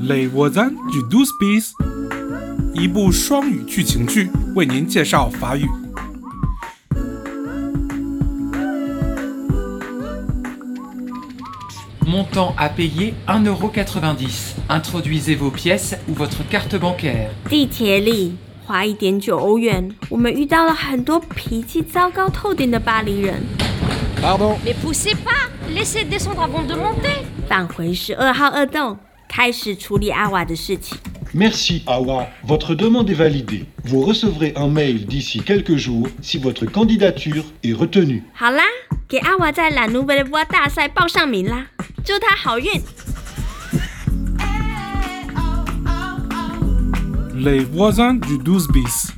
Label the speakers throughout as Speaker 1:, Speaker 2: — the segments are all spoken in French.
Speaker 1: Les voisins du d o u s p i s 一部双语剧情剧，为您介绍法语。
Speaker 2: Montant à payer 1,90€. Introduisez vos pièces ou votre carte bancaire.
Speaker 3: 地铁里花一点九欧元，我们遇到了很多脾气糟糕透顶的巴黎人。
Speaker 4: Pardon,
Speaker 5: Mais poussez pas Laissez descendre avant de monter
Speaker 3: 返回十二号二栋，开始处理阿瓦的事情。
Speaker 6: Merci, Awa. Votre demande est validée. Vous recevrez un mail d'ici quelques jours si votre candidature est retenue.
Speaker 3: 好啦，给阿瓦在兰努维勒波大赛报上名啦，祝他好运。
Speaker 1: Les voisins du d o u s p i s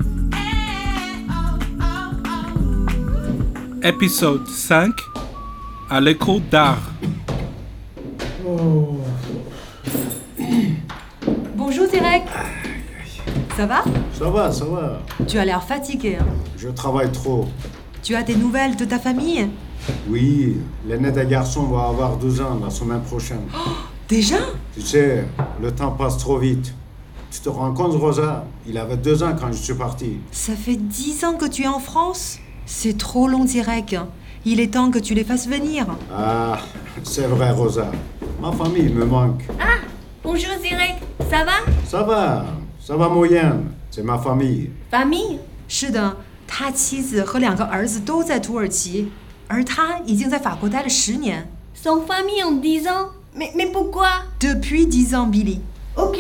Speaker 1: Épisode 5 À l'école d'art.
Speaker 7: Bonjour Derek. Ça va
Speaker 8: Ça va, ça va.
Speaker 7: Tu as l'air fatigué. hein.
Speaker 8: Je travaille trop.
Speaker 7: Tu as des nouvelles de ta famille
Speaker 8: Oui, l'aîné des garçons va avoir 12 ans la semaine prochaine.
Speaker 7: Déjà
Speaker 8: Tu sais, le temps passe trop vite. Tu te rends compte, Rosa Il avait 2 ans quand je suis parti.
Speaker 7: Ça fait dix ans que tu es en France C'est trop long Derek. Il est temps que tu les fasses venir.
Speaker 8: Ah, c'est vrai, Rosa. Ma famille me manque.
Speaker 3: Ah, Bonjour Zirek, ça va?
Speaker 8: Ça va, ça va, moyenne. C'est ma famille.
Speaker 3: Famille?
Speaker 7: 是的，他妻子和两个儿子都在土耳其，而他已经在法国待了十年。
Speaker 3: Son famille en 10 ans? Mais, mais pourquoi?
Speaker 7: Depuis dix ans, Billy.
Speaker 3: Ok,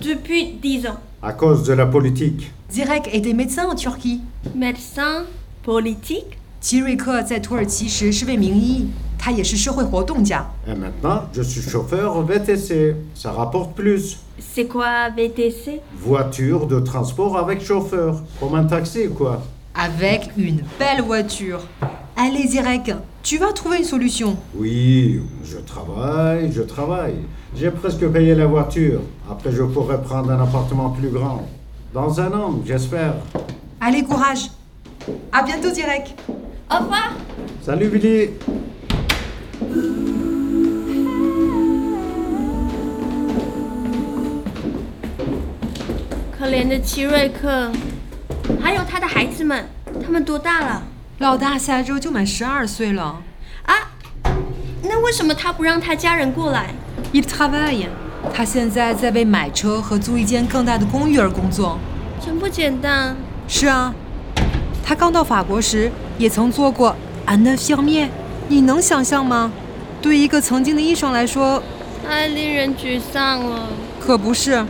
Speaker 3: depuis 10 ans.
Speaker 8: À cause de la politique.
Speaker 7: Derek était médecin en Turquie.
Speaker 3: Médecin, politique?
Speaker 7: 奇瑞克在土耳其时是位名医，他也是社会活动家。
Speaker 8: Et maintenant, je suis chauffeur au VTC. Ça rapporte plus.
Speaker 3: C'est quoi VTC?
Speaker 8: Voiture de transport avec chauffeur. Comme un taxi, quoi.
Speaker 7: Avec une belle voiture. Allez, Zirek, tu vas trouver une solution.
Speaker 8: Oui, je travaille, je travaille. J'ai presque payé la voiture. Après, je pourrai prendre un appartement plus grand. Dans un an, j'espère.
Speaker 7: Allez, courage. À bientôt, Zirek.
Speaker 3: Au revoir!
Speaker 8: Salut Billy
Speaker 3: 可怜的奇瑞克，还有他的孩子们，他们多大了？
Speaker 7: 老大下周就满十二岁了。
Speaker 3: 啊，那为什么他不让他家人过来？
Speaker 7: Il travaille. 他现在在为买车和租一间更大的公寓而工作。
Speaker 3: 真不简单。
Speaker 7: 是啊，他刚到法国时也曾做过 un i n f i r m i 你能想象吗？对一个曾经的医生来说，
Speaker 3: 太令人沮丧了。
Speaker 7: 可不是，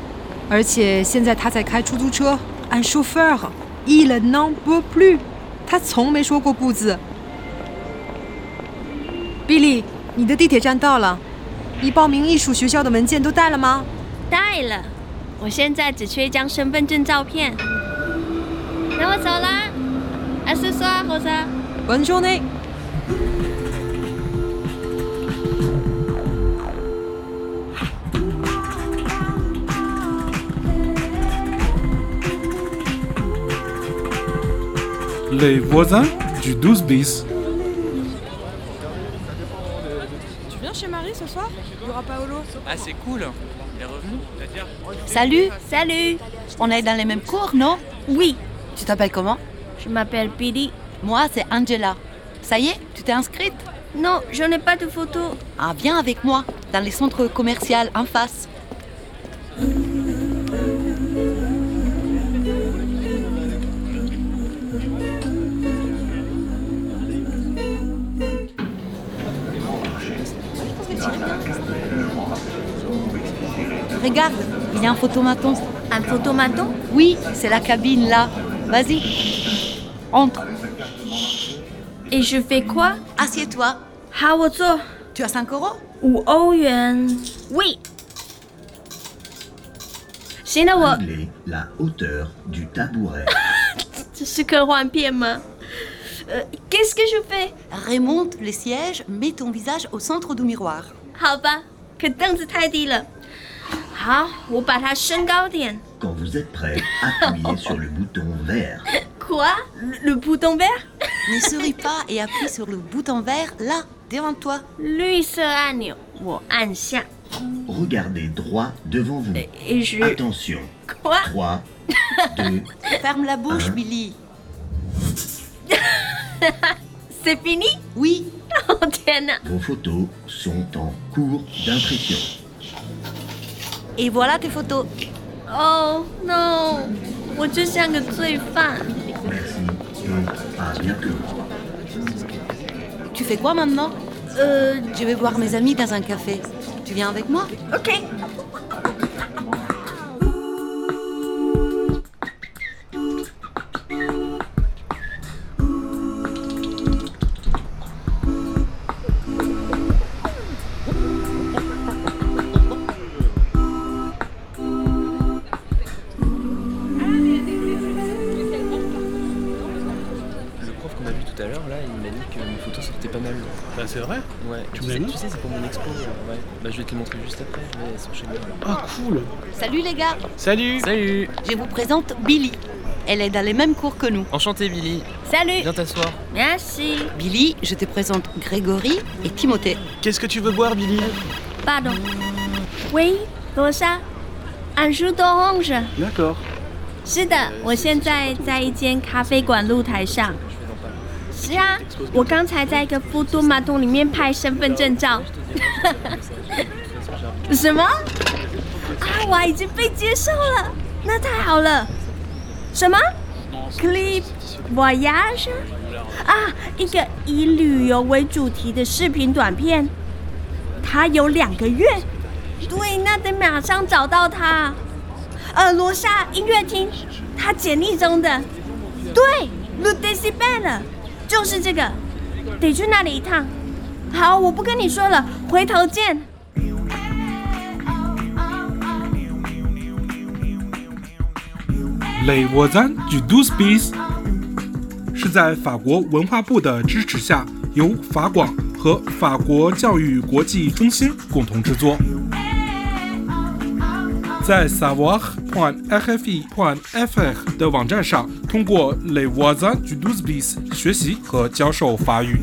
Speaker 7: 而且现在他在开出租车，un chauffeur。Il n'en peut plus，他从没说过不字。Billy，你的地铁站到了，你报名艺术学校的文件都带了吗？
Speaker 3: 带了，我现在只缺一张身份证照片。那我走啦，啊阿斯说，猴子。
Speaker 7: 文中内，
Speaker 1: Les voisins du 12 bis.
Speaker 9: Tu viens chez Marie ce soir Il y aura Paolo.
Speaker 2: Ah, c'est cool Elle est revenue
Speaker 10: Salut,
Speaker 3: Salut。
Speaker 10: on est dans les mêmes cours, non
Speaker 3: Oui，
Speaker 10: Tu t'appelles comment
Speaker 3: 什么 b e l l Billy。
Speaker 10: Moi, c'est Angela. Ça y est, tu t'es inscrite
Speaker 3: Non, je n'ai pas de photo.
Speaker 10: Ah, viens avec moi, dans les centres commerciaux en face. Regarde, il y a un photomaton.
Speaker 3: Un photomaton?
Speaker 10: Oui, c'est la cabine là. Vas-y, entre.
Speaker 3: Et je fais quoi？
Speaker 10: Assieds-toi.
Speaker 3: 好，我坐
Speaker 10: Tu as 5 euros
Speaker 3: 五欧元。Oui。行了，我
Speaker 11: Calculez la hauteur du tabouret.
Speaker 3: 这是科幻片吗？呃，Qu'est-ce Euh, que je fais？
Speaker 10: Remonte les sièges, mets ton visage au centre du miroir.
Speaker 3: 好吧，可凳子太低了。好，我把它升高点。
Speaker 11: Quand vous êtes prêt, appuyez sur le bouton vert.
Speaker 3: Quoi Le bouton vert
Speaker 10: Ne souris pas et appuie sur le bouton vert là, devant toi.
Speaker 3: 绿色按钮，我按下。
Speaker 11: Regardez droit devant vous.
Speaker 10: Et je.
Speaker 11: Attention.
Speaker 10: Quoi
Speaker 11: 3, 2,
Speaker 10: Ferme la bouche,
Speaker 11: Hein
Speaker 10: Billy.
Speaker 3: C'est fini
Speaker 10: Oui,
Speaker 3: Oh天哪！
Speaker 11: vos photos sont en cours d'impression.
Speaker 10: et voilà tes photos.
Speaker 3: Oh no！我就像个罪犯。
Speaker 11: Merci et à bientôt.
Speaker 10: Tu fais quoi maintenant
Speaker 3: Euh,
Speaker 10: Je vais voir mes amis dans un café. Tu viens avec moi
Speaker 3: OK。
Speaker 4: Le prof qu'on a vu tout à l'heure, là, il m'a dit que mes photos sortaient pas mal.
Speaker 1: Bah c'est vrai
Speaker 4: Ouais,
Speaker 1: Tu
Speaker 4: tu,
Speaker 1: me l'as
Speaker 4: sais,
Speaker 1: mis
Speaker 4: tu sais, c'est pour mon expo. euh, Ouais. Bah, je vais te les montrer juste après, mais elles sont chez moi.
Speaker 1: Ah cool
Speaker 10: Salut les gars,
Speaker 1: Salut
Speaker 4: Salut
Speaker 10: je vous présente Billy. Elle est dans les mêmes cours que nous.
Speaker 4: Enchanté, Billy.
Speaker 3: Salut
Speaker 4: Viens t'asseoir.
Speaker 3: Merci
Speaker 10: Billy, je te présente Grégory et Timothée.
Speaker 4: Qu'est-ce que tu veux boire, Billy
Speaker 3: Pardon. Oui, 多莎，俺是多红子。
Speaker 4: D'accord.
Speaker 3: 是的，我现在在一间咖啡馆露台上。是啊，我刚才在一个复读马桶里面拍身份证照。 什么？啊，我已经被接受了，那太好了。什么？Clip Voyage？啊，一个以旅游为主题的视频短片，它有两个月。对，那得马上找到它。呃，罗莎音乐厅，它简历中的，对，Le Decibel，就是这个，得去那里一趟。好，我不跟你说了，回头见。
Speaker 1: Les voisins du 12 bis 是在法国文化部的支持下，由法广和法国教育国际中心共同制作。在 E savoir.rfi.fr 的网站上，通过 Les voisins du 12 bis 学习和教授法语。